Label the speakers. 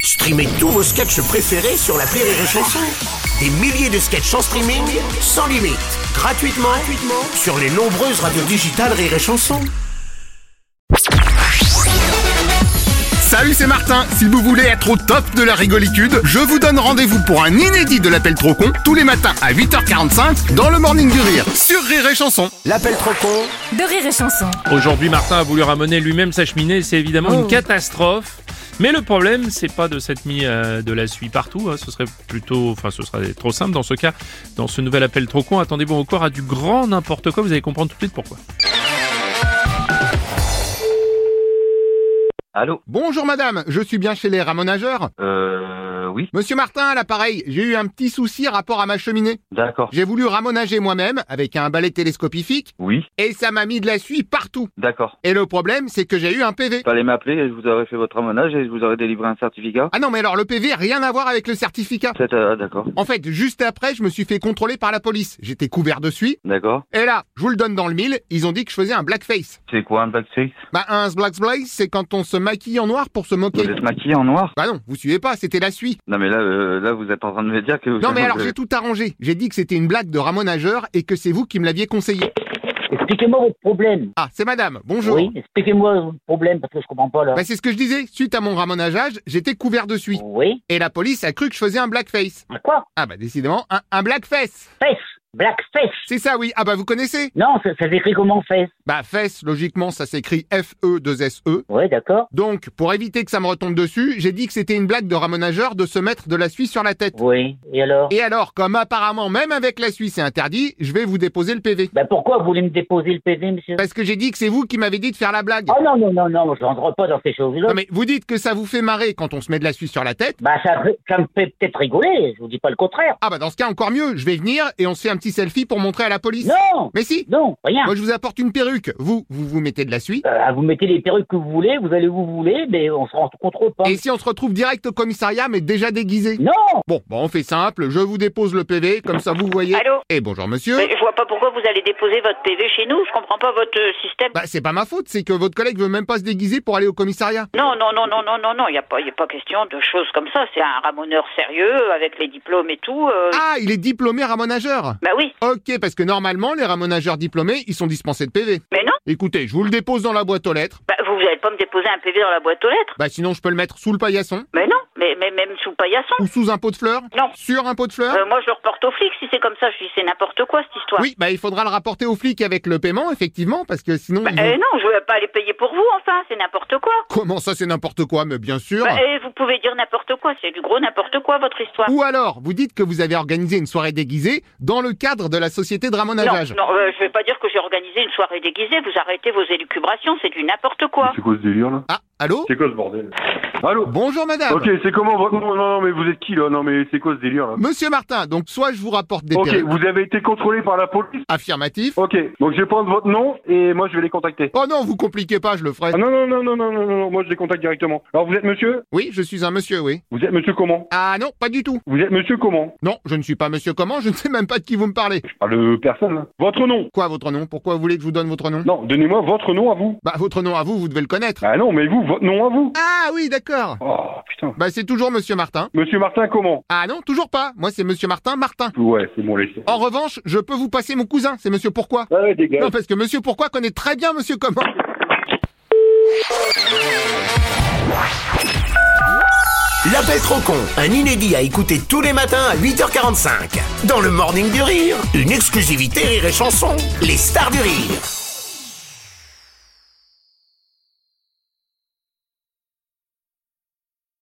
Speaker 1: Streamez tous vos sketchs préférés sur la Rire et Chanson. Des milliers de sketchs en streaming, sans limite, gratuitement, gratuitement sur les nombreuses radios digitales Rire et Chanson.
Speaker 2: Salut, c'est Martin. Si vous voulez être au top de la rigolitude, je vous donne rendez-vous pour un inédit de l'appel trop con tous les matins à 8h45 dans le Morning du Rire sur Rire et Chanson.
Speaker 1: L'appel trop con
Speaker 3: de rire et chanson.
Speaker 4: Aujourd'hui, Martin a voulu ramener lui-même sa cheminée. C'est évidemment une catastrophe. Mais le problème, c'est pas de s'être mis euh, de la suie partout. hein. Ce serait plutôt, enfin, ce serait trop simple dans ce cas. Dans ce nouvel appel trop con, attendez-vous encore à du grand n'importe quoi. Vous allez comprendre tout de suite pourquoi.
Speaker 5: Allô
Speaker 2: Bonjour madame, je suis bien chez les ramonageurs.
Speaker 5: Euh, oui,
Speaker 2: Monsieur Martin, à l'appareil, j'ai eu un petit souci rapport à ma cheminée.
Speaker 5: d'accord.
Speaker 2: J'ai voulu ramonager moi-même avec un balai télescopifique
Speaker 5: Oui,
Speaker 2: et ça m'a mis de la suie partout.
Speaker 5: d'accord.
Speaker 2: Et le problème, c'est que j'ai eu un PV.
Speaker 5: Fallait m'appeler et je vous aurais fait votre amonage et je vous aurais délivré un certificat.
Speaker 2: Ah non, mais alors le PV, rien à voir avec le certificat.
Speaker 5: C'est, euh, d'accord,
Speaker 2: En fait, juste après, je me suis fait contrôler par la police. J'étais couvert de suie.
Speaker 5: d'accord.
Speaker 2: Et là, je vous le donne dans le mille, ils ont dit que je faisais un blackface.
Speaker 5: C'est quoi un blackface
Speaker 2: Bah, un blackface, c'est quand on se maquille en noir pour se
Speaker 5: Vous
Speaker 2: moquer.
Speaker 5: êtes maquillé en noir
Speaker 2: Bah non, vous suivez pas, c'était la suie.
Speaker 5: Non mais là, euh, là vous êtes en train de me dire que...
Speaker 2: Non mais alors j'ai tout arrangé. J'ai dit que c'était une blague de ramonageur et que c'est vous qui me l'aviez conseillé.
Speaker 6: Expliquez-moi votre problème.
Speaker 2: Ah, c'est madame, bonjour.
Speaker 6: Oui, expliquez-moi votre problème parce que je comprends pas là.
Speaker 2: Bah c'est ce que je disais, suite à mon ramonageage, j'étais couvert de suie.
Speaker 6: Oui,
Speaker 2: Et la police a cru que je faisais un blackface.
Speaker 6: mais quoi
Speaker 2: Ah bah décidément, un, un blackface
Speaker 6: Fesse Black fesse
Speaker 2: C'est ça oui, ah bah vous connaissez
Speaker 6: Non, ça, ça s'écrit comment fesse
Speaker 2: Bah fesse, logiquement ça s'écrit E F-E-2-S-E.
Speaker 6: Oui, d'accord.
Speaker 2: Donc, pour éviter que ça me retombe dessus, j'ai dit que c'était une blague de ramonageur de se mettre de la suie sur la tête.
Speaker 6: Oui, et alors
Speaker 2: Et alors, comme apparemment même avec la Suisse c'est interdit, je vais vous déposer le PV.
Speaker 6: Ben pourquoi vous voulez me déposer le PV, monsieur
Speaker 2: Parce que j'ai dit que c'est vous qui m'avez dit de faire la blague.
Speaker 6: Oh non, non, non, non, je rentre pas dans ces choses-là.
Speaker 2: Non mais vous dites que ça vous fait marrer quand on se met de la Suisse sur la tête.
Speaker 6: Bah ça, ça me fait peut-être rigoler, je vous dis pas le contraire.
Speaker 2: Ah bah dans ce cas encore mieux, je vais venir et on se fait un petit selfie pour montrer à la police.
Speaker 6: Non
Speaker 2: Mais si
Speaker 6: Non, rien.
Speaker 2: Moi je vous apporte une perruque, vous, vous vous mettez de la suie.
Speaker 6: Euh, vous mettez les perruques que vous voulez, vous allez où vous voulez, mais on se rencontre pas.
Speaker 2: Et si on se retrouve direct au commissariat mais déjà déguisé
Speaker 6: Non
Speaker 2: Bon, bah on fait simple, je vous dépose le PV, comme ça vous voyez.
Speaker 7: Allô
Speaker 2: Et bonjour monsieur
Speaker 7: Mais je vois pas pourquoi vous allez déposer votre PV chez nous. Je comprends pas votre euh, système.
Speaker 2: Bah c'est pas ma faute, c'est que votre collègue veut même pas se déguiser pour aller au commissariat.
Speaker 7: Non, non, non, non, non, non, non. Il n'y a, pas- y a pas question de choses comme ça. C'est un ramoneur sérieux avec les diplômes et tout. euh.
Speaker 2: Ah, il est diplômé ramonageur
Speaker 7: Bah oui.
Speaker 2: Ok, parce que normalement, les ramonageurs diplômés, ils sont dispensés de PV.
Speaker 7: Mais non.
Speaker 2: Écoutez, je vous le dépose dans la boîte aux lettres.
Speaker 7: Bah, vous n'allez pas me déposer un PV dans la boîte aux lettres.
Speaker 2: Bah sinon, je peux le mettre sous le paillasson.
Speaker 7: Mais non. Mais, mais même sous paillasson.
Speaker 2: Ou sous un pot de fleurs
Speaker 7: Non.
Speaker 2: Sur un pot de fleurs
Speaker 7: Euh, moi, je le reporte aux flics si c'est comme ça. Je dis, c'est n'importe quoi cette
Speaker 2: Ah.
Speaker 7: histoire.
Speaker 2: Oui, bah il faudra le rapporter aux flics avec le paiement, effectivement, parce que sinon...
Speaker 7: Bah,
Speaker 2: ils vont-
Speaker 7: euh, non, je ne vais pas les payer pour vous, enfin. C'est n'importe quoi.
Speaker 2: Comment ça, c'est n'importe quoi, mais bien sûr
Speaker 7: Bah, euh, vous pouvez dire n'importe quoi. C'est du gros n'importe quoi, votre histoire.
Speaker 2: Ou alors, vous dites que vous avez organisé une soirée déguisée dans le cadre de la société de
Speaker 7: Non,
Speaker 2: ramonageage.
Speaker 7: non, euh, je vais pas dire que j'ai organisé une soirée déguisée. Vous arrêtez vos élucubrations, c'est du n'importe quoi.
Speaker 5: C'est quoi ce délire là
Speaker 2: Ah, allô
Speaker 5: C'est quoi ce bordel Allô
Speaker 2: Bonjour madame
Speaker 5: Ok, c'est comment votre... Non, non, non, mais vous êtes qui là Non mais c'est quoi ce délire là
Speaker 2: Monsieur Martin, donc soit je vous rapporte des
Speaker 5: Ok,
Speaker 2: perruques.
Speaker 5: vous avez été contrôlé par la police
Speaker 2: Affirmatif.
Speaker 5: Ok, donc je vais prendre votre nom et moi je vais les contacter.
Speaker 2: Oh non, vous compliquez pas, je le ferai.
Speaker 5: Ah non, non, non, non, non, non, non, non, moi je les contacte directement. Alors vous êtes monsieur
Speaker 2: Oui, je suis un monsieur, oui.
Speaker 5: Vous êtes monsieur comment
Speaker 2: Ah non, pas du tout.
Speaker 5: Vous êtes monsieur comment
Speaker 2: Non, je ne suis pas monsieur comment, je ne sais même pas de qui vous me parlez.
Speaker 5: Je parle de personne là. Votre nom
Speaker 2: Quoi votre nom Pourquoi vous voulez que je vous donne votre nom
Speaker 5: Non, donnez-moi votre nom à vous.
Speaker 2: Bah votre nom à vous, vous devez le connaître.
Speaker 5: Ah non, mais vous, votre nom à vous
Speaker 2: Ah oui, d'accord.
Speaker 5: Oh putain.
Speaker 2: Bah c'est toujours monsieur Martin.
Speaker 5: Monsieur Martin, comment
Speaker 2: Ah non, toujours pas. Moi c'est monsieur Martin Martin.
Speaker 5: Ouais, c'est bon, laissez.
Speaker 2: En revanche, je peux vous passer mon cousin, c'est monsieur Pourquoi.
Speaker 5: Ouais, dégage.
Speaker 2: Non, parce que monsieur Pourquoi connaît très bien monsieur Comment.
Speaker 1: L'appel trop con, un inédit à écouter tous les matins à 8h45. Dans le Morning du Rire, une exclusivité Rire et Chanson, les stars du rire.